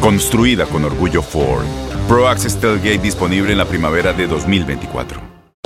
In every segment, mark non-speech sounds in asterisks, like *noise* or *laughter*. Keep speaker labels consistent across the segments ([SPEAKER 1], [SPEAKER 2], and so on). [SPEAKER 1] Construida con orgullo Ford. Pro Access Tailgate disponible en la primavera de 2024.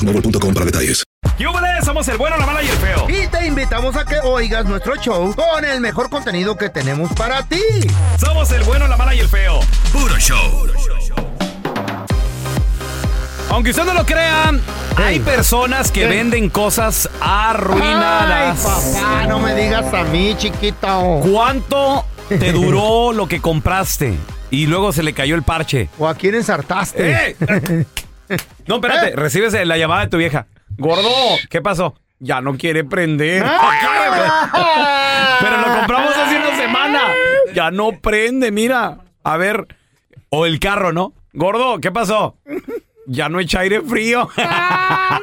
[SPEAKER 2] mobile.com para detalles.
[SPEAKER 3] ¡Yúbales! Somos el bueno, la mala y el feo.
[SPEAKER 4] Y te invitamos a que oigas nuestro show con el mejor contenido que tenemos para ti.
[SPEAKER 3] Somos el bueno, la mala y el feo. Puro show. Aunque usted no lo crea, hay personas que venden cosas arruinadas.
[SPEAKER 4] Ay, papá, no me digas a mí, chiquito.
[SPEAKER 3] ¿Cuánto
[SPEAKER 4] *laughs*
[SPEAKER 3] te duró lo que compraste? Y luego se le cayó el parche.
[SPEAKER 4] ¿O a quién ensartaste?
[SPEAKER 3] ¡Eh! *laughs* No,
[SPEAKER 4] Eh.
[SPEAKER 3] espérate, recibes la llamada de tu vieja. Gordo, ¿qué pasó? Ya no quiere prender.
[SPEAKER 4] Ah.
[SPEAKER 3] *laughs* Pero lo compramos hace una semana. Ya no prende, mira. A ver, o el carro, ¿no? Gordo, ¿qué pasó? Ya no echa aire frío. *laughs*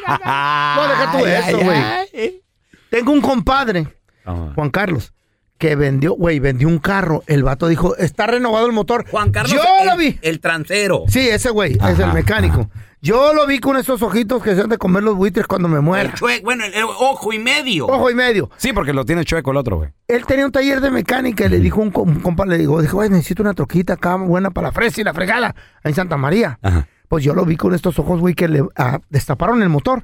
[SPEAKER 4] No, deja tú eso, güey. Tengo un compadre,
[SPEAKER 3] Ajá.
[SPEAKER 4] Juan Carlos, que vendió, güey, vendió un carro. El vato dijo, está renovado el motor.
[SPEAKER 5] Juan Carlos,
[SPEAKER 4] Yo
[SPEAKER 5] el,
[SPEAKER 4] lo vi.
[SPEAKER 5] el transero.
[SPEAKER 4] Sí, ese güey, es el mecánico. Yo lo vi con esos ojitos que se han de comer los buitres cuando me
[SPEAKER 5] El
[SPEAKER 4] muera.
[SPEAKER 5] chue- bueno, el, el ojo y medio.
[SPEAKER 4] Ojo y medio.
[SPEAKER 3] Sí, porque lo tiene chueco el otro, güey.
[SPEAKER 4] Él tenía un taller de mecánica y le dijo un com- un compa, le dijo, dijo, "Güey, necesito una troquita acá buena para la fresa y la fregada en Santa María.
[SPEAKER 3] Ajá.
[SPEAKER 4] Pues yo lo vi con estos ojos, güey, que le ah, destaparon el motor.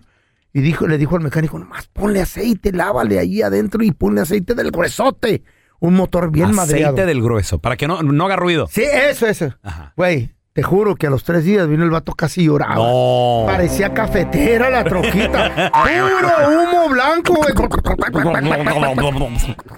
[SPEAKER 4] Y dijo, le dijo al mecánico, nomás ponle aceite, lávale ahí adentro y ponle aceite del gruesote. Un motor bien
[SPEAKER 3] Aceite
[SPEAKER 4] madreado.
[SPEAKER 3] del grueso, para que no, no haga ruido.
[SPEAKER 4] Sí, eso, eso.
[SPEAKER 3] Ajá.
[SPEAKER 4] Güey, te juro que a los tres días vino el vato casi lloraba.
[SPEAKER 3] No.
[SPEAKER 4] Parecía cafetera la troquita. Puro humo blanco, güey.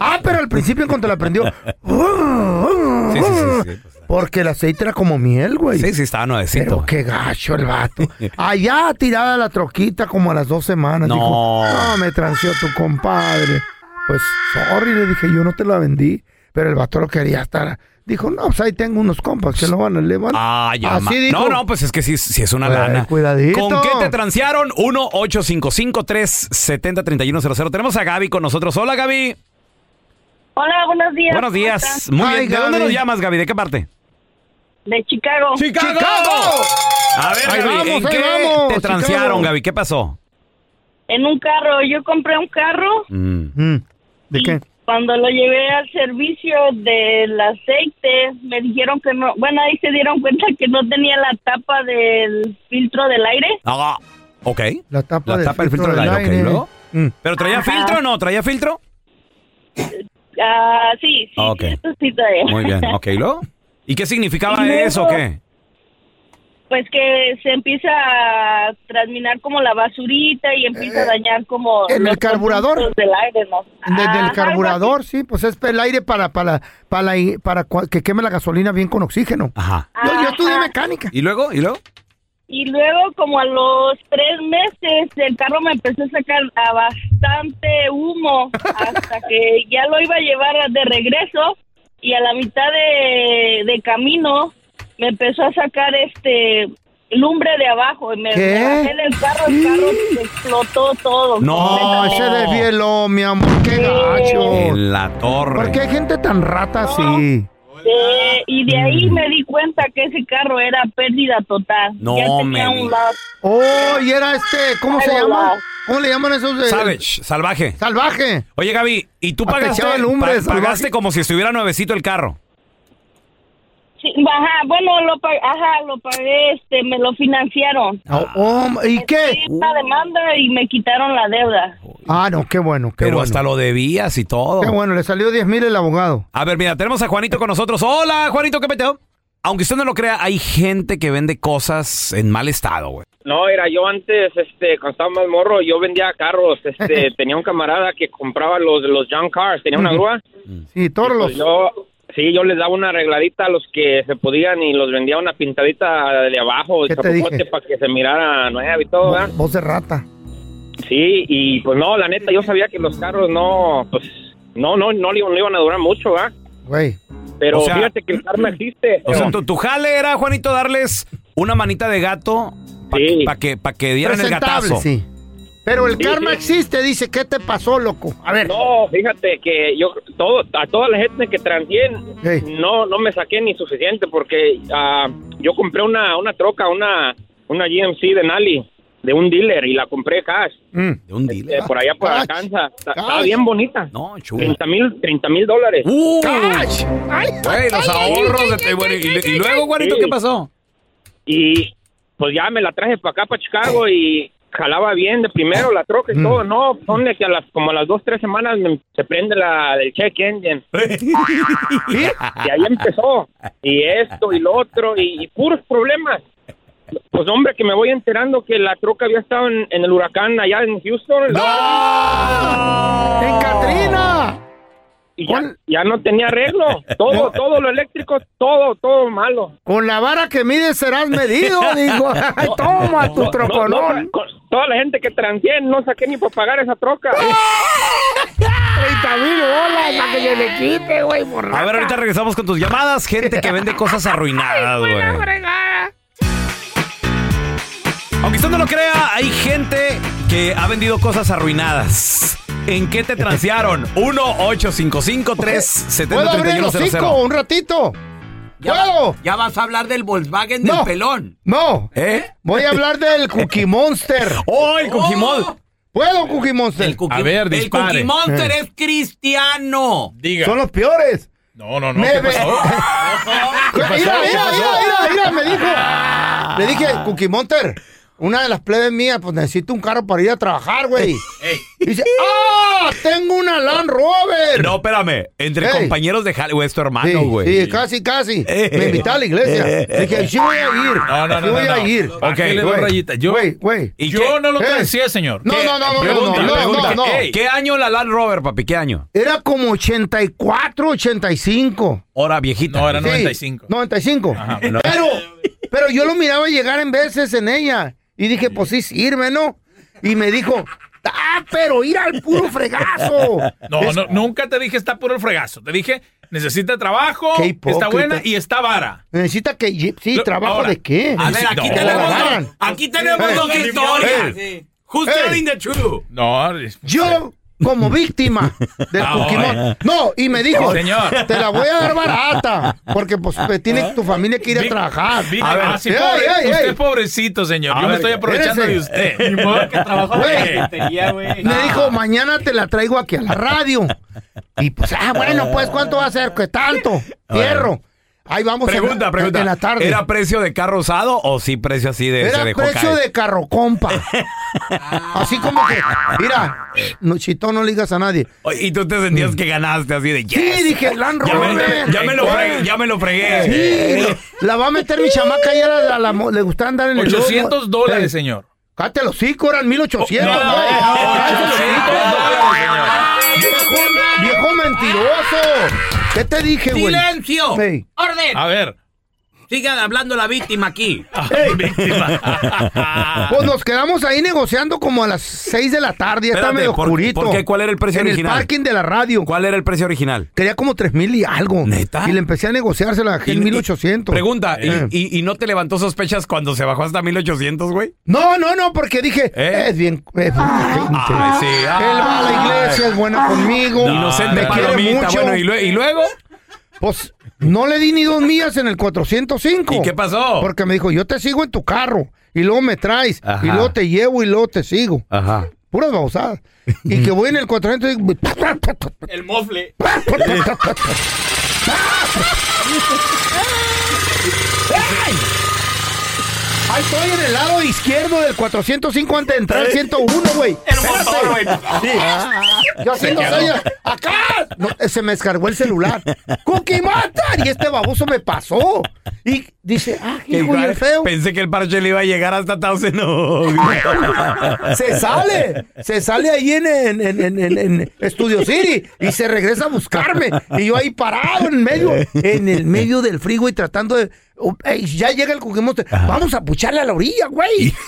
[SPEAKER 4] Ah, pero al principio en cuanto la prendió.
[SPEAKER 3] Sí, sí, sí, sí, pues.
[SPEAKER 4] Porque el aceite era como miel, güey.
[SPEAKER 3] Sí, sí, estaba nuevecito.
[SPEAKER 4] Pero qué gacho el vato. Allá tirada la troquita como a las dos semanas.
[SPEAKER 3] No.
[SPEAKER 4] Dijo, no, me transeó tu compadre. Pues, sorry, le dije, yo no te la vendí. Pero el vato lo quería estar. Dijo, no, pues ahí tengo unos compas que lo van a elevar.
[SPEAKER 3] Ay, ama.
[SPEAKER 4] Así dijo.
[SPEAKER 3] Ah, No, no, pues es que sí, sí es una
[SPEAKER 4] Eh,
[SPEAKER 3] lana.
[SPEAKER 4] cuidadito.
[SPEAKER 3] ¿Con qué te transearon? 1-855-370-3100. Tenemos a Gaby con nosotros. Hola, Gaby.
[SPEAKER 6] Hola, buenos días.
[SPEAKER 3] Buenos
[SPEAKER 6] ¿cómo
[SPEAKER 3] días.
[SPEAKER 6] están?
[SPEAKER 3] Muy
[SPEAKER 4] Hi,
[SPEAKER 3] bien. ¿De dónde
[SPEAKER 4] Gaby.
[SPEAKER 3] nos llamas, Gaby? ¿De qué parte?
[SPEAKER 6] De Chicago.
[SPEAKER 3] ¡Chicago! A ver,
[SPEAKER 4] Ahí
[SPEAKER 3] Gaby,
[SPEAKER 4] vamos,
[SPEAKER 3] ¿en
[SPEAKER 4] ahí
[SPEAKER 3] qué
[SPEAKER 4] vamos,
[SPEAKER 3] te transearon,
[SPEAKER 4] Chicago.
[SPEAKER 3] Gaby? ¿Qué pasó?
[SPEAKER 6] En un carro. Yo compré un carro.
[SPEAKER 3] Mm.
[SPEAKER 4] Mm, ¿De
[SPEAKER 6] y
[SPEAKER 4] qué?
[SPEAKER 6] Cuando lo llevé al servicio del aceite, me dijeron que no. Bueno, ahí se dieron cuenta que no tenía la tapa del filtro del aire.
[SPEAKER 3] Ah, ok.
[SPEAKER 4] La tapa,
[SPEAKER 3] La
[SPEAKER 4] del
[SPEAKER 3] tapa del filtro del aire, ok, ¿y luego?
[SPEAKER 4] Mm.
[SPEAKER 3] ¿Pero traía
[SPEAKER 6] Ajá.
[SPEAKER 3] filtro o no? ¿Traía filtro?
[SPEAKER 6] Ah, sí, sí.
[SPEAKER 3] Ah, ok.
[SPEAKER 6] sí, eso sí todavía.
[SPEAKER 3] Muy bien. Ok, ¿y luego? ¿Y qué significaba
[SPEAKER 6] Y luego-
[SPEAKER 3] eso o qué?
[SPEAKER 6] Pues que se empieza a transminar como la basurita y empieza a dañar como.
[SPEAKER 4] Eh, en el
[SPEAKER 6] los
[SPEAKER 4] carburador.
[SPEAKER 6] conductos Del aire, ¿no?
[SPEAKER 4] Desde
[SPEAKER 6] Ajá,
[SPEAKER 4] el carburador, sí, pues es el aire para, para, para, para cua- que queme la gasolina bien con oxígeno.
[SPEAKER 3] Ajá.
[SPEAKER 6] algo así.
[SPEAKER 4] Yo, yo estudié
[SPEAKER 6] Ah, Ajá.
[SPEAKER 4] mecánica.
[SPEAKER 3] ¿Y luego? ¿Y luego?
[SPEAKER 6] Y luego, como a los tres meses, el carro me empezó a sacar a bastante humo hasta que ya lo iba a llevar de regreso y a la mitad de, de camino me empezó a sacar este lumbre de abajo y me,
[SPEAKER 4] ¿Qué?
[SPEAKER 6] me bajé del carro, el carro explotó todo.
[SPEAKER 3] No,
[SPEAKER 4] No,
[SPEAKER 6] completamente.
[SPEAKER 4] ese desvieló, mi amor, qué gacho.
[SPEAKER 6] Eh.
[SPEAKER 3] En la torre.
[SPEAKER 4] ¿Por qué hay gente tan rata así?
[SPEAKER 6] Eh, y de ahí
[SPEAKER 4] Mm.
[SPEAKER 6] me di cuenta que ese carro era pérdida total.
[SPEAKER 3] No
[SPEAKER 6] ya
[SPEAKER 3] me
[SPEAKER 6] tenía un
[SPEAKER 3] digas.
[SPEAKER 6] lado.
[SPEAKER 4] Oh, y era este, ¿cómo se
[SPEAKER 6] Ay,
[SPEAKER 4] llama?
[SPEAKER 6] hola.
[SPEAKER 4] ¿Cómo le llaman esos de
[SPEAKER 3] Savage, salvaje.
[SPEAKER 4] salvaje?
[SPEAKER 3] Oye, Gaby, ¿y tú
[SPEAKER 4] Hasta
[SPEAKER 3] pagaste,
[SPEAKER 4] echaba lumbre,
[SPEAKER 3] pa-
[SPEAKER 4] salvaje.
[SPEAKER 3] pagaste como si estuviera nuevecito el carro?
[SPEAKER 6] Sí, ajá, bueno, lo, pa- ajá, lo pagué, este, me lo financiaron.
[SPEAKER 3] Ah.
[SPEAKER 4] Oh, oh, ¿y qué?
[SPEAKER 6] Sí, Una demanda y me quitaron la deuda.
[SPEAKER 4] Ah, no, qué bueno, qué
[SPEAKER 3] Pero
[SPEAKER 4] bueno.
[SPEAKER 3] hasta lo debías y todo.
[SPEAKER 4] Qué bueno, le salió 10 mil el abogado.
[SPEAKER 3] A ver, mira, tenemos a Juanito con nosotros. Hola, Juanito, ¿qué peteo? Aunque usted no lo crea, hay gente que vende cosas en mal estado, güey.
[SPEAKER 7] No, era yo antes, este, cuando estaba más morro, yo vendía carros,
[SPEAKER 4] *laughs*
[SPEAKER 7] este, tenía un camarada que compraba los los junk cars, tenía una
[SPEAKER 4] Ujú.
[SPEAKER 7] grúa.
[SPEAKER 4] Sí, todos los.
[SPEAKER 7] Pues yo, sí, yo les daba una arregladita a los que se podían y los vendía una pintadita de abajo,
[SPEAKER 4] ¿Qué te dije?
[SPEAKER 7] para que se mirara nueva y todo, ¿verdad?
[SPEAKER 4] Voz de rata.
[SPEAKER 7] Sí, y pues no, la neta, yo sabía que los carros no, pues, no, no, no, le- no iban a durar mucho, ¿verdad?
[SPEAKER 4] Güey.
[SPEAKER 7] Pero
[SPEAKER 3] O sea-
[SPEAKER 7] fíjate que el karma existe.
[SPEAKER 3] O sea,
[SPEAKER 7] pero-
[SPEAKER 3] tu, tu jale era, Juanito, darles una manita de gato para
[SPEAKER 7] Sí.
[SPEAKER 3] que, pa' que dieran el gatazo.
[SPEAKER 4] sí. Pero el
[SPEAKER 7] Sí,
[SPEAKER 4] karma
[SPEAKER 7] sí.
[SPEAKER 4] existe, dice, ¿qué te pasó, loco? A ver.
[SPEAKER 7] No, fíjate que yo todo a toda la gente que transié
[SPEAKER 4] Ey.
[SPEAKER 7] no no me saqué ni suficiente porque ah, yo compré una una troca, una una GMC de Nali de un dealer y la compré cash
[SPEAKER 4] Mm.
[SPEAKER 3] De un
[SPEAKER 7] eh,
[SPEAKER 3] dealer.
[SPEAKER 7] por allá por
[SPEAKER 4] Cash.
[SPEAKER 7] Arkansas. Está-
[SPEAKER 4] Cash.
[SPEAKER 7] Estaba bien bonita.
[SPEAKER 3] No, chulo.
[SPEAKER 7] 30 mil 30 mil dólares.
[SPEAKER 3] ¡Uh!
[SPEAKER 4] ¡Cash! ¡Ay!
[SPEAKER 3] Güey, los ahorros de- bueno, y, y luego, Juanito,
[SPEAKER 7] Sí.
[SPEAKER 3] ¿qué pasó?
[SPEAKER 7] Y pues ya me la traje para acá, para Chicago y jalaba bien de primero la troca y todo. No, ponle que a las, como a las dos, tres semanas me- se prende la del check engine. Y ahí empezó. Y esto y lo otro y, y puros problemas. Pues hombre, que me voy enterando que la troca había estado en, en el huracán allá en Houston.
[SPEAKER 6] Oh.
[SPEAKER 4] ¡En Catrina!
[SPEAKER 7] Y ya,
[SPEAKER 4] ¿Cuál?
[SPEAKER 7] ya no tenía arreglo. Todo, todo lo eléctrico, todo, todo malo.
[SPEAKER 4] Con la vara que mides
[SPEAKER 7] *laughs*
[SPEAKER 4] serás medido, digo. Ay, toma tu
[SPEAKER 7] No, no,
[SPEAKER 4] troconón.
[SPEAKER 7] con toda la gente que transié, no saqué ni para pagar esa troca.
[SPEAKER 4] 30 mil bolas para que se le quite, güey, borracho.
[SPEAKER 3] A ver, ahorita regresamos con tus llamadas. Gente que vende *laughs* cosas arruinadas, güey. Aunque usted no lo crea, hay gente que ha vendido cosas arruinadas. ¿En qué te *laughs* transearon? 1-855-370-3100.
[SPEAKER 4] ¿Puedo abrir el hocico un ratito? ¿Puedo?
[SPEAKER 5] Ya vas a hablar del Volkswagen del
[SPEAKER 4] No.
[SPEAKER 5] pelón.
[SPEAKER 4] No.
[SPEAKER 3] ¿Eh?
[SPEAKER 4] Voy a hablar
[SPEAKER 7] *laughs*
[SPEAKER 4] del Cookie Monster.
[SPEAKER 3] ¡Oh, el Cookie Monster!
[SPEAKER 4] ¿Puedo, Cookie Monster?
[SPEAKER 5] El Cookie,
[SPEAKER 8] A ver,
[SPEAKER 5] el
[SPEAKER 8] dispare.
[SPEAKER 5] Cookie
[SPEAKER 3] Eh.
[SPEAKER 5] Monster es cristiano.
[SPEAKER 8] Diga.
[SPEAKER 4] Son los peores.
[SPEAKER 8] No, no, no.
[SPEAKER 4] Me
[SPEAKER 8] ¿qué
[SPEAKER 4] ve- *laughs*
[SPEAKER 8] pasó? ¿Qué pasó?
[SPEAKER 4] Mira,
[SPEAKER 8] Ah. ¿Qué
[SPEAKER 4] mira, mira,
[SPEAKER 8] pasó?
[SPEAKER 4] mira, mira, me dijo. Le dije, Cookie Monster, una de las plebes mías, pues necesito un carro para ir a trabajar, güey.
[SPEAKER 8] Ey.
[SPEAKER 4] Y Dice, ¡ah! Tengo una Land Rover.
[SPEAKER 3] No, espérame. Entre
[SPEAKER 4] Ey.
[SPEAKER 3] compañeros de Jale, güey, es tu
[SPEAKER 8] Ah,
[SPEAKER 4] Sí,
[SPEAKER 3] hermano, güey.
[SPEAKER 4] sí, casi, casi.
[SPEAKER 3] Eh.
[SPEAKER 4] Me invitó a la iglesia. Le Dije, sí voy a ir.
[SPEAKER 8] eh, No, no,
[SPEAKER 4] sí
[SPEAKER 8] no,
[SPEAKER 4] voy
[SPEAKER 8] no,
[SPEAKER 4] a
[SPEAKER 8] no.
[SPEAKER 4] ir.
[SPEAKER 8] Ok, le doy
[SPEAKER 4] Güey,
[SPEAKER 8] rayita. Yo,
[SPEAKER 4] Güey, güey.
[SPEAKER 3] ¿Y
[SPEAKER 8] yo
[SPEAKER 3] qué?
[SPEAKER 8] no lo
[SPEAKER 4] Eh.
[SPEAKER 8] decía, señor.
[SPEAKER 4] No, no, no, no,
[SPEAKER 8] Pregunta,
[SPEAKER 4] no, no,
[SPEAKER 8] pregunta.
[SPEAKER 4] no, no.
[SPEAKER 8] Ey,
[SPEAKER 3] ¿Qué año la Land Rover, papi? ¿Qué año?
[SPEAKER 4] Era como 84, 85.
[SPEAKER 3] Hora viejita.
[SPEAKER 8] No, era
[SPEAKER 4] Sí,
[SPEAKER 8] 95.
[SPEAKER 4] 95. Pero, pero yo lo miraba llegar en veces en ella. Y dije, pues sí, sirve, ¿no? Y me dijo, ah, pero ir al puro fregazo.
[SPEAKER 8] *laughs* No,
[SPEAKER 4] Es-
[SPEAKER 8] no, nunca te dije está puro el fregazo. Te dije necesita trabajo,
[SPEAKER 4] Qué hipócrita.
[SPEAKER 8] está buena y está vara.
[SPEAKER 4] Necesita que... ye- Sí,
[SPEAKER 8] Lo-
[SPEAKER 4] ¿trabajo
[SPEAKER 8] ahora.
[SPEAKER 4] de qué?
[SPEAKER 5] A ver,
[SPEAKER 8] sí,
[SPEAKER 5] aquí
[SPEAKER 8] no.
[SPEAKER 5] tenemos,
[SPEAKER 4] La
[SPEAKER 5] dos-
[SPEAKER 4] agarran.
[SPEAKER 5] aquí tenemos
[SPEAKER 4] Eh.
[SPEAKER 5] dos historias. Who's
[SPEAKER 4] Eh.
[SPEAKER 5] telling the truth?
[SPEAKER 8] No, es-
[SPEAKER 4] Yo, como víctima del
[SPEAKER 8] Ah,
[SPEAKER 4] Pokémon.
[SPEAKER 8] bueno.
[SPEAKER 4] No, y me dijo,
[SPEAKER 8] Señor.
[SPEAKER 4] te la voy a dar barata. Porque pues pues,
[SPEAKER 3] ¿Eh?
[SPEAKER 4] tiene tu familia que ir a
[SPEAKER 8] Vic-
[SPEAKER 4] trabajar.
[SPEAKER 8] Vic-
[SPEAKER 4] A ver,
[SPEAKER 8] ah, sí,
[SPEAKER 4] ey,
[SPEAKER 8] pobre-
[SPEAKER 4] ey,
[SPEAKER 8] usted
[SPEAKER 4] ey.
[SPEAKER 8] pobrecito, señor.
[SPEAKER 4] A
[SPEAKER 8] Yo
[SPEAKER 4] ver,
[SPEAKER 8] me estoy aprovechando de
[SPEAKER 4] espérese.
[SPEAKER 8] usted. Ni modo que trabajó
[SPEAKER 4] Güey. Ah.
[SPEAKER 8] güey.
[SPEAKER 3] Ah.
[SPEAKER 4] Me dijo, mañana te la traigo aquí a la radio. Y pues, ah, bueno, pues, ¿cuánto va a ser? ¿Qué tanto? Fierro. Ahí vamos. en la-
[SPEAKER 3] Pregunta, pregunta.
[SPEAKER 4] En la tarde.
[SPEAKER 3] ¿Era precio de carro usado o sí precio así de
[SPEAKER 4] Era
[SPEAKER 3] se dejó
[SPEAKER 4] precio
[SPEAKER 3] caer?
[SPEAKER 4] de carro
[SPEAKER 3] *laughs*
[SPEAKER 4] compa. Así como que, mira, no, chito, no ligas a nadie.
[SPEAKER 3] Oye, Y tú te sentías que ganaste así de yes.
[SPEAKER 4] Mm. Sí, dije, Land
[SPEAKER 3] ya,
[SPEAKER 4] Rover.
[SPEAKER 3] me, ya me lo fregué, ya me lo fregué. Eh,
[SPEAKER 4] Sí, la va a meter mi chamaca y a la, a la mo- le gusta andar en el lodo.
[SPEAKER 8] 800 dólares,
[SPEAKER 4] Eh,
[SPEAKER 8] señor.
[SPEAKER 4] cállate los cinco, eran 1800.
[SPEAKER 8] No,
[SPEAKER 4] güey.
[SPEAKER 8] no,
[SPEAKER 4] Cállate los
[SPEAKER 8] 800
[SPEAKER 4] hocico.
[SPEAKER 8] dólares, señor.
[SPEAKER 4] Viejo, viejo mentiroso. ¿Qué te dije, güey?
[SPEAKER 5] ¡Silencio!
[SPEAKER 4] Ey.
[SPEAKER 5] ¡Orden!
[SPEAKER 8] A ver.
[SPEAKER 5] Sigan hablando la víctima aquí.
[SPEAKER 3] Ah.
[SPEAKER 8] Víctima.
[SPEAKER 4] Pues nos quedamos ahí negociando como a las 6 de la tarde, ya está
[SPEAKER 3] Espérate,
[SPEAKER 4] medio
[SPEAKER 3] ¿por-
[SPEAKER 4] oscurito.
[SPEAKER 3] por qué? ¿Cuál era el precio
[SPEAKER 4] en
[SPEAKER 3] original?
[SPEAKER 4] el parking de la radio.
[SPEAKER 3] ¿Cuál era el precio original?
[SPEAKER 4] Quería como 3 mil y algo.
[SPEAKER 3] ¿Neta?
[SPEAKER 4] Y le empecé a negociársela en 1800.
[SPEAKER 3] Pregunta, ¿y-
[SPEAKER 4] Eh.
[SPEAKER 3] y, y no te levantó sospechas cuando se bajó hasta 1800, güey?
[SPEAKER 4] No, no, no, porque dije,
[SPEAKER 3] ¿Eh?
[SPEAKER 4] es bien. Es bien
[SPEAKER 3] Ay, Ah, sí. Ah.
[SPEAKER 4] Él va a la iglesia, es bueno conmigo.
[SPEAKER 3] Inocente
[SPEAKER 4] me quiere
[SPEAKER 3] palomita,
[SPEAKER 4] mucho.
[SPEAKER 3] bueno, ¿y, lue- y luego?
[SPEAKER 4] Pues no le di ni dos millas en el 405.
[SPEAKER 3] ¿Y qué pasó?
[SPEAKER 4] Porque me dijo, yo te sigo en tu carro y luego me traes
[SPEAKER 3] Ajá.
[SPEAKER 4] y luego te llevo y luego te sigo.
[SPEAKER 3] Ajá.
[SPEAKER 4] Puras babosadas. Y "Pues, que voy en el 405.
[SPEAKER 8] El mofle.
[SPEAKER 4] *laughs* ¡Ey! Ahí estoy en el lado izquierdo del 405 antes de
[SPEAKER 8] Eh.
[SPEAKER 4] entrar al 101, güey. Espérate. Sí.
[SPEAKER 8] Ah.
[SPEAKER 4] Yo haciendo señas. ¡Acá! No, eh, se me descargó el celular. ¡Cookie Matar! Y este baboso me pasó. Y dice, ah, hijo y el feo.
[SPEAKER 3] Pensé que el parche le iba a llegar hasta Towson.
[SPEAKER 4] Se sale, se sale ahí en, en, en, en- en- en Studio City y se regresa a buscarme. Y yo ahí parado en medio, en el medio del frigo y tratando de. oh, ey, ya llega el cuquemote. Vamos a pucharle a la orilla, güey. *laughs*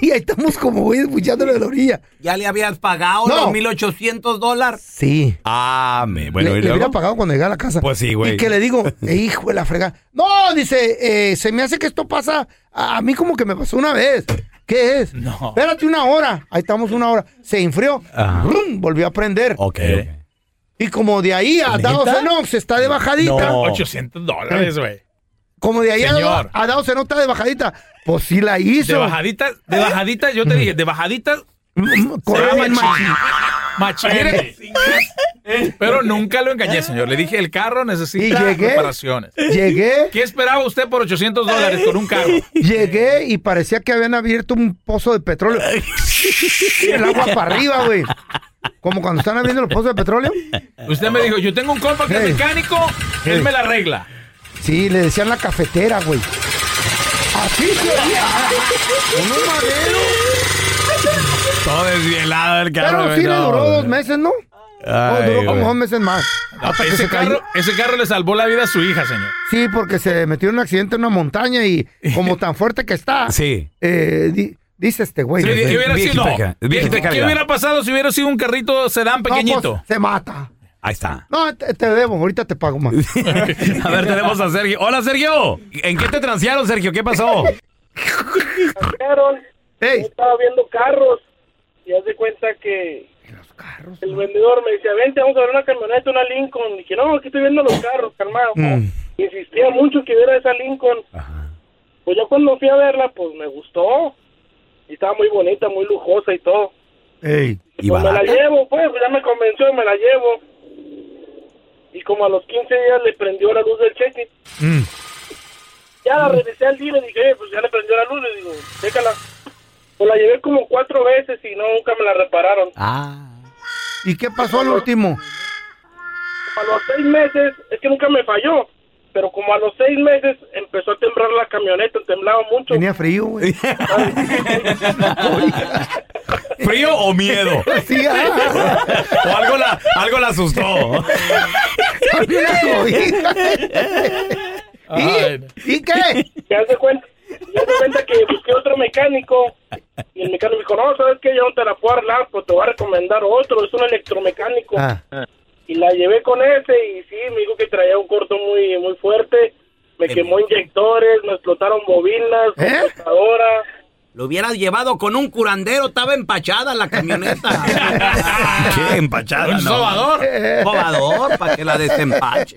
[SPEAKER 4] Y ahí estamos como güey puchándole a la orilla.
[SPEAKER 5] *laughs* ¿Ya le habías pagado
[SPEAKER 4] No.
[SPEAKER 5] los 1.800 dólares?
[SPEAKER 4] Sí.
[SPEAKER 3] Ah, me. Bueno,
[SPEAKER 4] le,
[SPEAKER 3] y
[SPEAKER 4] le hubiera
[SPEAKER 3] luego.
[SPEAKER 4] pagado cuando llegara a la casa.
[SPEAKER 3] Pues sí, güey.
[SPEAKER 4] Y que le
[SPEAKER 3] *laughs*
[SPEAKER 4] digo, eh, hijo de la fregada. No, dice, eh, se me hace que esto pasa. A, a mí como que me pasó una vez. ¿Qué es?
[SPEAKER 8] No.
[SPEAKER 4] Espérate una hora. Ahí estamos una hora. Se enfrió.
[SPEAKER 3] Ajá.
[SPEAKER 4] Brum, volvió a prender.
[SPEAKER 3] Ok.
[SPEAKER 4] Y como de ahí a Dao Zenox está de bajadita.
[SPEAKER 3] No.
[SPEAKER 8] 800 dólares, güey.
[SPEAKER 4] Como de ahí a
[SPEAKER 8] Señor.
[SPEAKER 4] Dao- a Dao Zenox está de bajadita. Pues sí la hizo.
[SPEAKER 8] De bajaditas, de bajaditas, yo te dije, de bajaditas,
[SPEAKER 4] Mm, corre bien machín.
[SPEAKER 8] machete. Pero nunca lo engañé, señor. Le dije, el carro necesita
[SPEAKER 4] eh. Y llegué.
[SPEAKER 8] reparaciones.
[SPEAKER 4] Llegué,
[SPEAKER 8] ¿Qué esperaba usted por 800 dólares con un carro?
[SPEAKER 4] *laughs* llegué y parecía que habían abierto un pozo de petróleo. El agua para arriba, güey. Como cuando están abriendo los pozos de petróleo.
[SPEAKER 8] Usted me dijo, yo tengo un compa que
[SPEAKER 4] Hey.
[SPEAKER 8] es mecánico, él me la arregla.
[SPEAKER 4] Sí, le decían la cafetera, güey. Así se oía. Uno madero.
[SPEAKER 3] Todo desvielado el carro.
[SPEAKER 4] Pero
[SPEAKER 3] güey,
[SPEAKER 4] sí le
[SPEAKER 3] no,
[SPEAKER 4] duró
[SPEAKER 3] güey.
[SPEAKER 4] dos meses, ¿no? O
[SPEAKER 3] Ay,
[SPEAKER 4] duró
[SPEAKER 3] güey.
[SPEAKER 4] como dos meses más. Hasta que
[SPEAKER 8] Ese
[SPEAKER 4] se cayó.
[SPEAKER 8] carro, ese carro le salvó la vida a su hija, señor.
[SPEAKER 4] Sí, porque se metió en un accidente en una montaña y como tan fuerte que está,
[SPEAKER 3] Sí.
[SPEAKER 4] eh, di- dice este güey.
[SPEAKER 8] Sí,
[SPEAKER 4] no sé.
[SPEAKER 8] y hubiera
[SPEAKER 3] viejita
[SPEAKER 8] sido- no.
[SPEAKER 3] ca-
[SPEAKER 8] ¿Qué-
[SPEAKER 3] viejita
[SPEAKER 8] ¿Qué
[SPEAKER 3] calidad.
[SPEAKER 8] hubiera pasado si hubiera sido un carrito sedán
[SPEAKER 4] No, pues,
[SPEAKER 8] pequeñito?
[SPEAKER 4] se mata.
[SPEAKER 3] Ahí está.
[SPEAKER 4] No, te, te debo, ahorita te pago más. pues.
[SPEAKER 3] A ver,
[SPEAKER 4] *laughs*
[SPEAKER 3] tenemos a Sergio. Hola, Sergio. ¿En qué te transearon, Sergio? ¿Qué pasó?
[SPEAKER 9] Claro, yo
[SPEAKER 4] Ey,
[SPEAKER 9] estaba viendo carros y haz de cuenta que el vendedor me decía, vente, vamos a ver una camioneta, una Lincoln. Y dije, no, aquí estoy viendo los carros, calmado. Insistía mucho que viera esa Lincoln. Pues yo cuando fui a verla, pues me gustó. Y estaba muy bonita, muy lujosa y todo.
[SPEAKER 4] ey.
[SPEAKER 3] Y
[SPEAKER 9] pues me la
[SPEAKER 3] barata.
[SPEAKER 9] llevo, pues, pues ya me convenció y me la llevo. Y como a los 15 días le prendió la luz del cheque.
[SPEAKER 4] Mm.
[SPEAKER 9] Ya la regresé al día y dije, "Eh, pues ya le prendió la luz. Le digo, déjala. Pues la llevé como cuatro veces y no, nunca me la repararon.
[SPEAKER 3] Ah.
[SPEAKER 4] ¿Y qué pasó al último?
[SPEAKER 9] Como a los seis meses, es que nunca me falló. Pero como a los seis meses empezó a temblar la camioneta, temblaba mucho. *laughs*
[SPEAKER 4] Tenía frío, güey.
[SPEAKER 3] ¿Frío o miedo?
[SPEAKER 4] Sí, ah,
[SPEAKER 3] *laughs* O algo la, algo la asustó.
[SPEAKER 4] también la cobija.
[SPEAKER 8] Ay,
[SPEAKER 4] ¿Y, ¿Y qué?
[SPEAKER 9] Ya se cuenta, ya se cuenta que busqué otro mecánico y el mecánico me dijo, no, ¿sabes qué? Yo no te la puedo arreglar, pues te voy a recomendar otro, es un electromecánico.
[SPEAKER 4] Ah,
[SPEAKER 9] Y la llevé con ese y sí, me dijo que traía un corto muy muy fuerte, me
[SPEAKER 5] Em.
[SPEAKER 9] quemó inyectores, me explotaron bobinas,
[SPEAKER 4] ¿Eh?
[SPEAKER 9] computadora.
[SPEAKER 5] Lo hubieras llevado con un curandero, estaba empachada la camioneta.
[SPEAKER 3] *laughs* Qué empachada.
[SPEAKER 8] Un
[SPEAKER 3] no.
[SPEAKER 8] sobador.
[SPEAKER 5] Bobador, para que la desempache.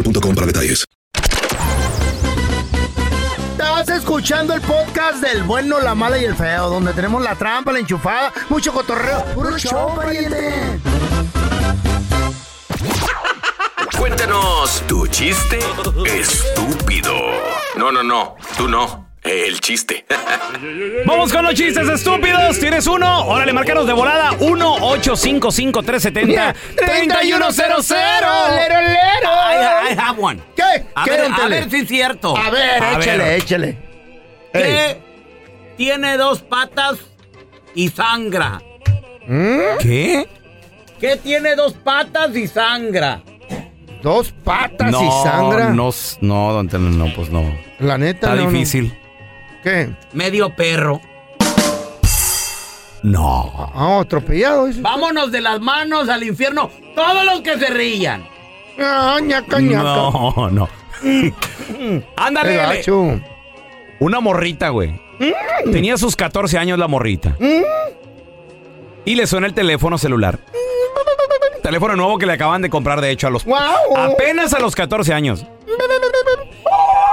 [SPEAKER 2] para detalles.
[SPEAKER 4] Estás escuchando el podcast del bueno, la mala y el feo, donde tenemos la trampa, la enchufada, mucho cotorreo. ¡Puro show, pariente!
[SPEAKER 10] Cuéntanos tu chiste estúpido. No, no, no, tú no. El chiste.
[SPEAKER 3] Vamos con los chistes estúpidos. ¿Tienes uno? Órale, márcanos de volada. 1-855-370-3100.
[SPEAKER 11] Lero,
[SPEAKER 4] lero.
[SPEAKER 11] I, I have one.
[SPEAKER 4] ¿Qué?
[SPEAKER 11] A
[SPEAKER 4] ¿Qué,
[SPEAKER 11] ver,
[SPEAKER 4] don
[SPEAKER 11] a
[SPEAKER 4] Tele?
[SPEAKER 11] ver si es cierto.
[SPEAKER 4] A ver,
[SPEAKER 11] A
[SPEAKER 4] échale,
[SPEAKER 11] ver.
[SPEAKER 4] échale.
[SPEAKER 11] ¿Qué tiene dos patas y sangra?
[SPEAKER 3] ¿Mm? ¿Qué?
[SPEAKER 11] ¿Qué tiene dos patas y sangra?
[SPEAKER 4] Dos patas y sangra.
[SPEAKER 3] No, no, don Tele, no, pues no.
[SPEAKER 4] La neta,
[SPEAKER 3] Está
[SPEAKER 4] no, no.
[SPEAKER 3] difícil.
[SPEAKER 4] ¿Qué?
[SPEAKER 11] Medio perro.
[SPEAKER 3] No.
[SPEAKER 4] Ah, atropellado. dice.
[SPEAKER 11] Vámonos de las manos al infierno. Todos los que se rillan.
[SPEAKER 4] Ah, ñaca, ñaca.
[SPEAKER 3] No, no.
[SPEAKER 4] Qué
[SPEAKER 3] *laughs* Ándale.
[SPEAKER 4] gacho.
[SPEAKER 3] Una morrita, güey. Tenía sus 14 años la morrita. Y le suena el teléfono celular. Teléfono nuevo que le acaban de comprar, de hecho, a los.
[SPEAKER 4] Guau.
[SPEAKER 3] Apenas a los 14 años.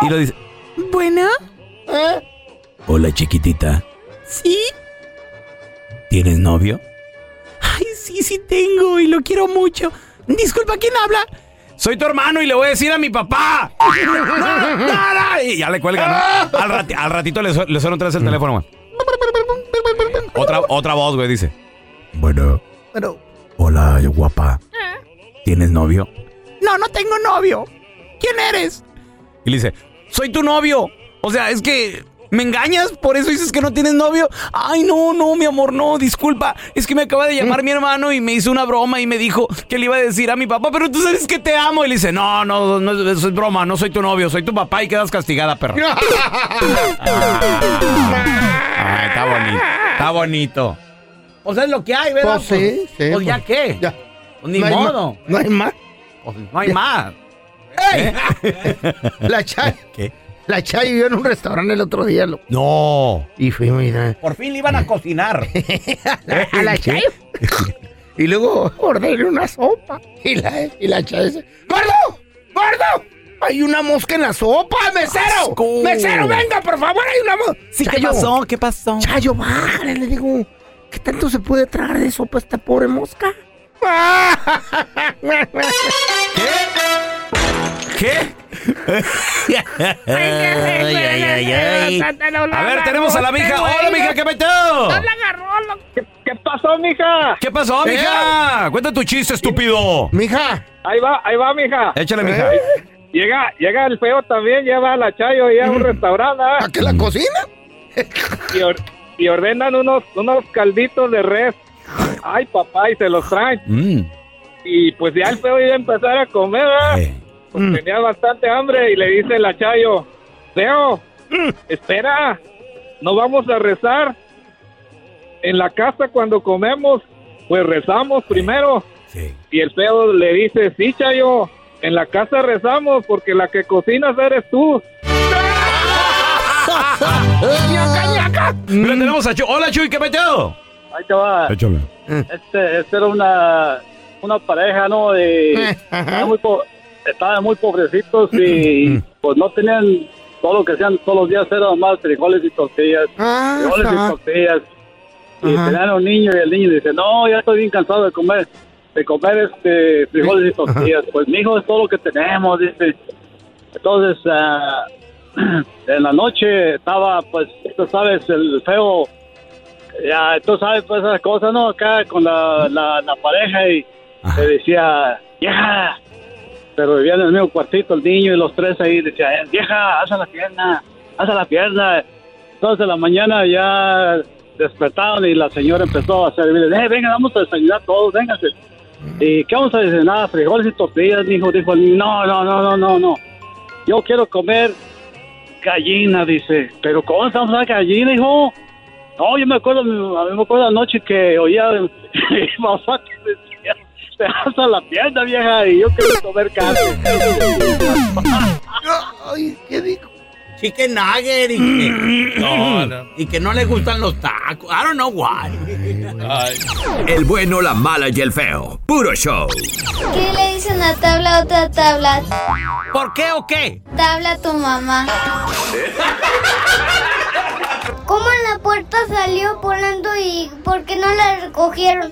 [SPEAKER 3] Y lo dice.
[SPEAKER 12] Bueno,
[SPEAKER 4] ¿Eh?
[SPEAKER 3] Hola, chiquitita.
[SPEAKER 12] sí.
[SPEAKER 3] ¿Tienes novio?
[SPEAKER 12] Ay, sí, sí tengo y lo quiero mucho. Disculpa, ¿quién habla?
[SPEAKER 3] Soy tu hermano y le voy a decir a mi papá. ¡No, no, no! Y ya le cuelgan. ¿no? Al, rati- al ratito le, su- le suena otra vez el teléfono, güey. Otra, otra voz, güey, dice. Bueno,
[SPEAKER 4] Pero,
[SPEAKER 3] hola, guapa. ¿Tienes novio?
[SPEAKER 12] No, no tengo novio. ¿Quién eres?
[SPEAKER 3] Y le dice, soy tu novio. O sea, es que me engañas, por eso dices que no tienes novio. Ay, no, no, mi amor, no, disculpa. Es que me acaba de
[SPEAKER 4] Mm.
[SPEAKER 3] llamar mi hermano y me hizo una broma y me dijo que le iba a decir a mi papá, pero tú sabes que te amo. Y le dice, no, no, no, eso es broma, no soy tu novio, soy tu papá y quedas castigada,
[SPEAKER 4] *laughs*
[SPEAKER 3] perra. Ah, está bonito, está bonito.
[SPEAKER 11] O sea, es lo que hay, ¿verdad?
[SPEAKER 4] Pues sí, sí,
[SPEAKER 11] Pues,
[SPEAKER 4] pues,
[SPEAKER 11] ya qué.
[SPEAKER 4] ya.
[SPEAKER 11] Pues ni
[SPEAKER 4] no hay
[SPEAKER 11] modo.
[SPEAKER 4] más, no hay más.
[SPEAKER 11] Pues, no hay más.
[SPEAKER 4] La Chay.
[SPEAKER 3] ¿Qué?
[SPEAKER 4] La Chay vivió en un restaurante el otro día, loco.
[SPEAKER 3] No.
[SPEAKER 4] Y fui, mira.
[SPEAKER 11] Por fin le iban a cocinar.
[SPEAKER 4] A la Chay. y luego ordené una sopa. Y la, y la Chay dice: ¡Gordo! ¡Gordo! Hay una mosca en la sopa, mesero.
[SPEAKER 3] ¡Asco!
[SPEAKER 4] Mesero, venga, por favor, hay una mosca. Chayo,
[SPEAKER 3] ¿Qué pasó?
[SPEAKER 4] Chayo, bájale, le digo. ¿Qué tanto se puede tragar de sopa esta pobre mosca?
[SPEAKER 3] ¿Qué?
[SPEAKER 11] ay, ay, ay.
[SPEAKER 3] A ver, tenemos a la mija. Hola, mija, ¿qué metió?
[SPEAKER 13] ¿Qué, qué pasó, mija?
[SPEAKER 3] ¿Qué pasó, mija? Cuenta tu chiste, estúpido.
[SPEAKER 4] Mija,
[SPEAKER 13] Ahí va, ahí va, mija.
[SPEAKER 3] Échale, mija.
[SPEAKER 13] Llega, llega el feo también, lleva a la Chayo y a un restaurante ¿ah?
[SPEAKER 4] ¿a qué la cocina?
[SPEAKER 13] y, or- y ordenan unos, unos calditos de res. Ay, papá, y se los traen.
[SPEAKER 3] Mm.
[SPEAKER 13] Y pues ya el feo iba a empezar a comer, ¿ah?
[SPEAKER 3] Eh.
[SPEAKER 13] Pues
[SPEAKER 4] Mm.
[SPEAKER 13] tenía bastante hambre y le dice la Chayo, Feo,
[SPEAKER 4] Mm.
[SPEAKER 13] espera, no vamos a rezar. En la casa cuando comemos, pues rezamos primero.
[SPEAKER 3] Sí.
[SPEAKER 13] Y el feo le dice, sí, Chayo, en la casa rezamos porque la que cocinas eres tú.
[SPEAKER 11] Mm.
[SPEAKER 3] Lo tenemos a Chuy. Hola, Chuy, ¿qué metió?
[SPEAKER 13] *laughs* Ahí te va.
[SPEAKER 3] Échame.
[SPEAKER 13] Este, este era una, una pareja, ¿no? De,
[SPEAKER 4] Eh.
[SPEAKER 13] estaban, muy po- estaban muy pobrecitos y pues no tenían todo lo que hacían todos los días, eran más frijoles y tortillas.
[SPEAKER 4] Ah,
[SPEAKER 13] Frijoles y
[SPEAKER 4] está.
[SPEAKER 13] tortillas. Y
[SPEAKER 4] Ajá.
[SPEAKER 13] tenían un niño y el niño dice, no, ya estoy bien cansado de comer, de comer este frijoles y tortillas. Pues mi hijo es todo lo que tenemos, dice. Entonces, ah, *clears throat* en la noche estaba, pues, tú sabes, el feo, ya, tú sabes, pues, esas cosas, ¿no? Acá con la, la, la pareja y
[SPEAKER 3] Ajá.
[SPEAKER 13] le decía, vieja, pero vivían en el mismo cuartito el niño y los tres ahí, decía, "Eh, vieja, haz la pierna, haz la pierna. Entonces, en la mañana ya despertaron y la señora empezó a servir, eh, venga, vamos a desayunar todos, vénganse. ¿Y qué vamos a cenar? Frijoles y tortillas, mijo. Dijo, no, no, no, no, no, no. Yo quiero comer gallina, dice. ¿Pero cómo estamos a gallina, hijo? No, yo me acuerdo, a mí me acuerdo anoche que oía *laughs* papá que decía, te vas a la tienda, vieja, y yo quiero comer carne.
[SPEAKER 5] Ay, ¿qué dijo? Chicken nugget y que,
[SPEAKER 10] No, no.
[SPEAKER 5] y que no le gustan los tacos. I don't know why.
[SPEAKER 10] El bueno, la mala y el feo. Puro show.
[SPEAKER 14] ¿Qué le dice una tabla a otra tabla?
[SPEAKER 5] ¿Por qué o qué?
[SPEAKER 14] Tabla a tu mamá. ¿Cómo la puerta salió volando y por qué no la recogieron?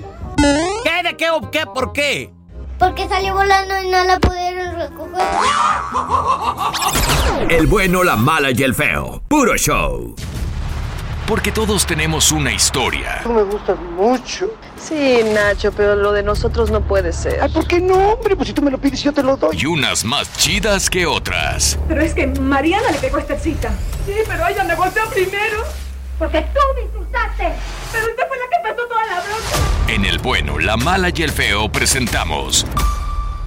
[SPEAKER 5] ¿Qué? ¿De qué o qué? ¿Por qué?
[SPEAKER 14] Porque salió volando y no la pudieron recoger.
[SPEAKER 10] El bueno, la mala y el feo. Puro show.
[SPEAKER 15] Porque todos tenemos una historia.
[SPEAKER 16] Tú me gustas mucho.
[SPEAKER 17] Sí, Nacho, pero lo de nosotros no puede ser. Ay, ¿por qué no, hombre? Pues si tú me lo pides, yo te lo doy.
[SPEAKER 15] Y unas más chidas que otras.
[SPEAKER 11] Pero es que Mariana le pegó esta cita. Sí, pero ella me golpeó primero. Porque tú me insultaste. Pero usted fue la que pasó toda la bronca.
[SPEAKER 15] En el bueno, la mala y el feo presentamos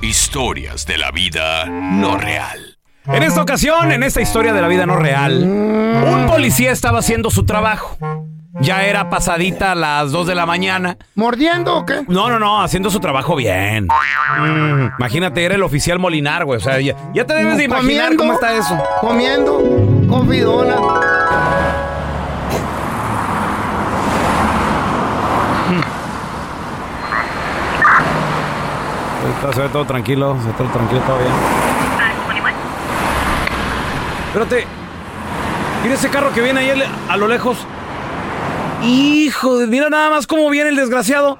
[SPEAKER 15] historias de la vida no real.
[SPEAKER 3] En esta ocasión, en esta historia de la vida no real, un policía estaba haciendo su trabajo. Ya era pasadita a las 2 de la mañana.
[SPEAKER 4] ¿Mordiendo o qué?
[SPEAKER 3] No, no, no, haciendo su trabajo bien. Imagínate, era el oficial Molinar, güey. O sea, ya, ya te debes de imaginar
[SPEAKER 4] Comiendo,
[SPEAKER 3] cómo está eso.
[SPEAKER 4] Comiendo con bidona.
[SPEAKER 3] Ahorita se ve todo tranquilo, se ve todo tranquilo todavía. Espérate. Mira ese carro que viene ahí al- a lo lejos. Hijo, de- mira nada más cómo viene el desgraciado.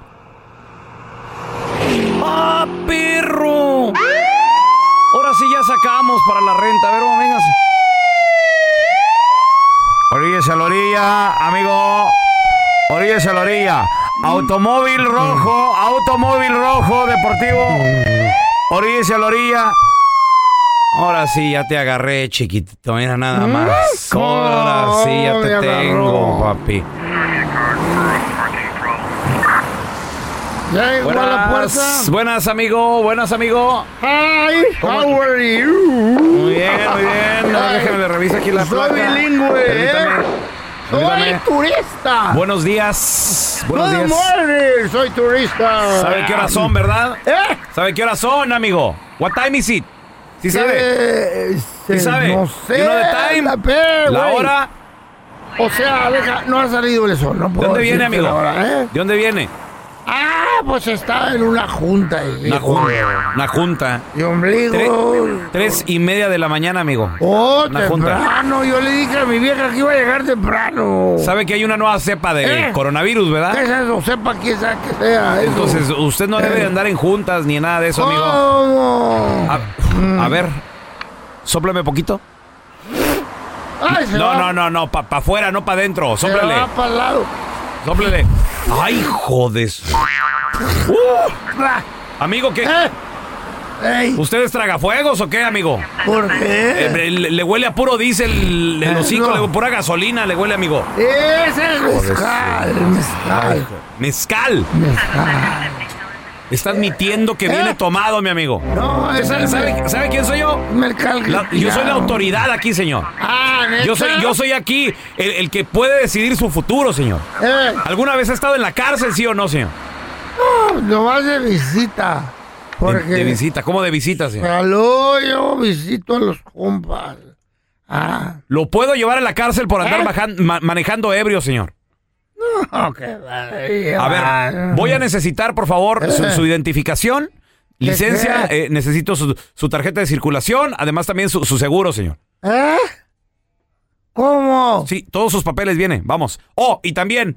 [SPEAKER 3] ¡Ah, perro! Ahora sí ya sacamos para la renta. A ver, vamos, véngase.
[SPEAKER 18] Oríllese a la orilla, amigo. Oríllese a la orilla. Automóvil rojo, automóvil rojo, deportivo. Oríllese a la orilla.
[SPEAKER 3] Ahora sí ya te agarré, chiquitito. Mira nada
[SPEAKER 4] ¿Mm?
[SPEAKER 3] más.
[SPEAKER 18] ¿Cómo?
[SPEAKER 3] Ahora sí ya te
[SPEAKER 18] Me
[SPEAKER 3] tengo, papi.
[SPEAKER 4] Ya llegó a la puerta.
[SPEAKER 3] buenas, amigo. Buenas, amigo.
[SPEAKER 4] Hi, how are you?
[SPEAKER 3] Muy bien, muy bien. No, déjame le reviso aquí la
[SPEAKER 4] Soy
[SPEAKER 3] placa.
[SPEAKER 4] bilingüe, ¿eh?
[SPEAKER 3] Permítame,
[SPEAKER 4] Soy
[SPEAKER 3] permítame.
[SPEAKER 4] turista.
[SPEAKER 3] Buenos días. Buenos
[SPEAKER 4] Good
[SPEAKER 3] días.
[SPEAKER 4] morning, soy turista.
[SPEAKER 3] ¿Sabe qué horas son, verdad?
[SPEAKER 4] ¿Eh?
[SPEAKER 3] ¿Sabe qué horas son, amigo? What time is it? ¿Sí sabe?
[SPEAKER 4] Eh,
[SPEAKER 3] ¿Sí sabe?
[SPEAKER 4] No sé.
[SPEAKER 3] You know the time?
[SPEAKER 4] La, pe-
[SPEAKER 3] La
[SPEAKER 4] güey.
[SPEAKER 3] hora.
[SPEAKER 4] O sea, deja, no ha salido el sol. No
[SPEAKER 3] ¿De
[SPEAKER 4] puedo
[SPEAKER 3] dónde viene,
[SPEAKER 4] decirte
[SPEAKER 3] amigo?
[SPEAKER 4] la hora, ¿eh?
[SPEAKER 3] ¿De dónde viene?
[SPEAKER 4] Ah, pues está en una junta. ahí.
[SPEAKER 3] Una junta. Una junta.
[SPEAKER 4] Y ombligo.
[SPEAKER 3] Tre- tres y media de la mañana, amigo.
[SPEAKER 4] Oh,
[SPEAKER 3] Una junta.
[SPEAKER 4] temprano. Yo le dije a mi vieja que iba a llegar temprano.
[SPEAKER 3] Sabe que hay una nueva cepa de
[SPEAKER 4] Eh.
[SPEAKER 3] coronavirus, ¿verdad?
[SPEAKER 4] ¿Qué ¿Eh? es eso? Sepa quién sabe que sea. eso.
[SPEAKER 3] Entonces, usted no debe de andar en juntas ni nada de eso, amigo.
[SPEAKER 4] Oh. ¿Cómo?
[SPEAKER 3] A,
[SPEAKER 4] Mm.
[SPEAKER 3] a ver, sóplame poquito.
[SPEAKER 4] Ay, se
[SPEAKER 3] No,
[SPEAKER 4] va.
[SPEAKER 3] no, no, no, para afuera, no para adentro.
[SPEAKER 4] Se
[SPEAKER 3] Sóplele.
[SPEAKER 4] va para el lado.
[SPEAKER 3] Sóplele. Ay, jodes. ah. Amigo, ¿qué? ¿Ustedes tragafuegos o qué, amigo?
[SPEAKER 4] ¿Por qué?
[SPEAKER 3] Eh, le, le huele a puro diésel el
[SPEAKER 4] Eh,
[SPEAKER 3] hocico,
[SPEAKER 4] no.
[SPEAKER 3] le- pura gasolina le huele, amigo.
[SPEAKER 4] Ese es
[SPEAKER 3] Joder, sí.
[SPEAKER 4] mezcal, mezcal.
[SPEAKER 3] Mezcal. Está admitiendo que viene tomado, mi amigo.
[SPEAKER 4] No,
[SPEAKER 3] ¿Usted
[SPEAKER 4] es
[SPEAKER 3] ¿Sabe,
[SPEAKER 4] el
[SPEAKER 3] sabe,
[SPEAKER 4] mezcal.
[SPEAKER 3] sabe quién soy yo?
[SPEAKER 4] Mezcal.
[SPEAKER 3] La- yo soy la autoridad aquí, señor.
[SPEAKER 4] Ah, ¿neta?
[SPEAKER 3] Yo soy, yo soy aquí el, el que puede decidir su futuro, señor.
[SPEAKER 4] Eh,
[SPEAKER 3] ¿Alguna vez ha estado en la cárcel, sí o no, señor?
[SPEAKER 4] no, no vas de visita.
[SPEAKER 3] De,
[SPEAKER 4] Porque
[SPEAKER 3] de visita, ¿cómo de visita, señor?
[SPEAKER 4] Aló, yo visito a los compas. Ah, ¿Eh?
[SPEAKER 3] ¿Lo puedo llevar a la cárcel por andar bajan- ma- manejando ebrio, señor?
[SPEAKER 4] no, que vale.
[SPEAKER 3] A ver, voy a necesitar, por
[SPEAKER 4] Eh.
[SPEAKER 3] favor, su, su identificación, licencia, eh, necesito su, su tarjeta de circulación, además también su, su seguro, señor.
[SPEAKER 4] ¿Eh? ¿Cómo? ¿Eh?
[SPEAKER 3] Sí, todos sus papeles vienen, vamos. Oh, y también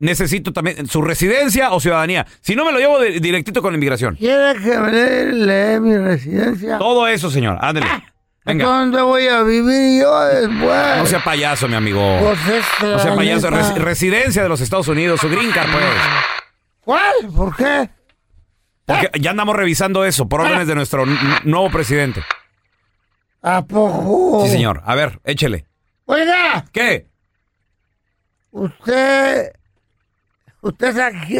[SPEAKER 3] necesito también su residencia o ciudadanía. Si no, me lo llevo de- directito con la inmigración.
[SPEAKER 4] ¿Quiere que me lee mi residencia? Ah,
[SPEAKER 3] Todo eso, señor, ándale. Venga.
[SPEAKER 4] ¿Dónde voy a vivir yo después?
[SPEAKER 3] No sea payaso, mi amigo.
[SPEAKER 4] Pues este,
[SPEAKER 3] No sea
[SPEAKER 4] la
[SPEAKER 3] payaso.
[SPEAKER 4] neta.
[SPEAKER 3] Res- residencia de los Estados Unidos, su green card, pues.
[SPEAKER 4] ¿Cuál? ¿Por qué?
[SPEAKER 3] Porque ya andamos revisando eso por órdenes de nuestro n- nuevo presidente.
[SPEAKER 4] ¿A poco?
[SPEAKER 3] Sí, señor. A ver, échele.
[SPEAKER 4] Oiga,
[SPEAKER 3] ¿Qué?
[SPEAKER 4] usted. Usted es aquí.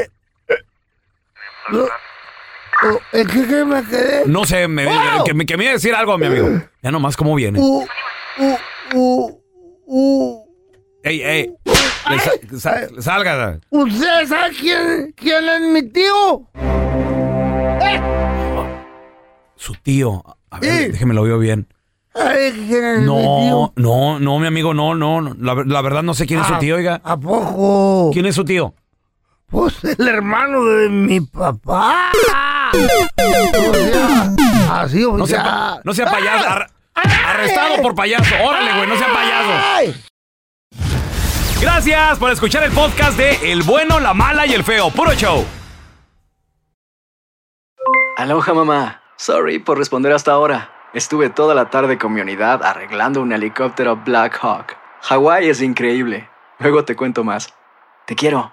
[SPEAKER 4] ¿En qué, qué me quedé?
[SPEAKER 19] No sé, me, que, me, que me iba a decir algo, mi amigo. Ya nomás cómo viene.
[SPEAKER 4] U, u, u, u.
[SPEAKER 19] Ey, ey. Le sa- sa- salga.
[SPEAKER 4] ¿Usted sabe quién, quién es mi tío?
[SPEAKER 19] Su tío. A ver, déjeme lo veo bien.
[SPEAKER 4] ¿Sabe quién es mi tío?
[SPEAKER 19] No, no, no, mi amigo, no, no. no. La, ver- la verdad no sé quién es su
[SPEAKER 4] Ah,
[SPEAKER 19] tío, oiga.
[SPEAKER 4] ¿A poco?
[SPEAKER 19] ¿Quién es su tío?
[SPEAKER 4] Pues el hermano de mi papá. O sea, así o
[SPEAKER 19] No sea, pa- no sea payaso. ar- arrestado por payaso. Órale, güey, no sea payaso. Gracias por escuchar el podcast de El bueno, la mala y el feo. Puro show.
[SPEAKER 20] Aloha mamá. Sorry por responder hasta ahora. Estuve toda la tarde con mi unidad arreglando un helicóptero Black Hawk. Hawái es increíble. Luego te cuento más. Te quiero.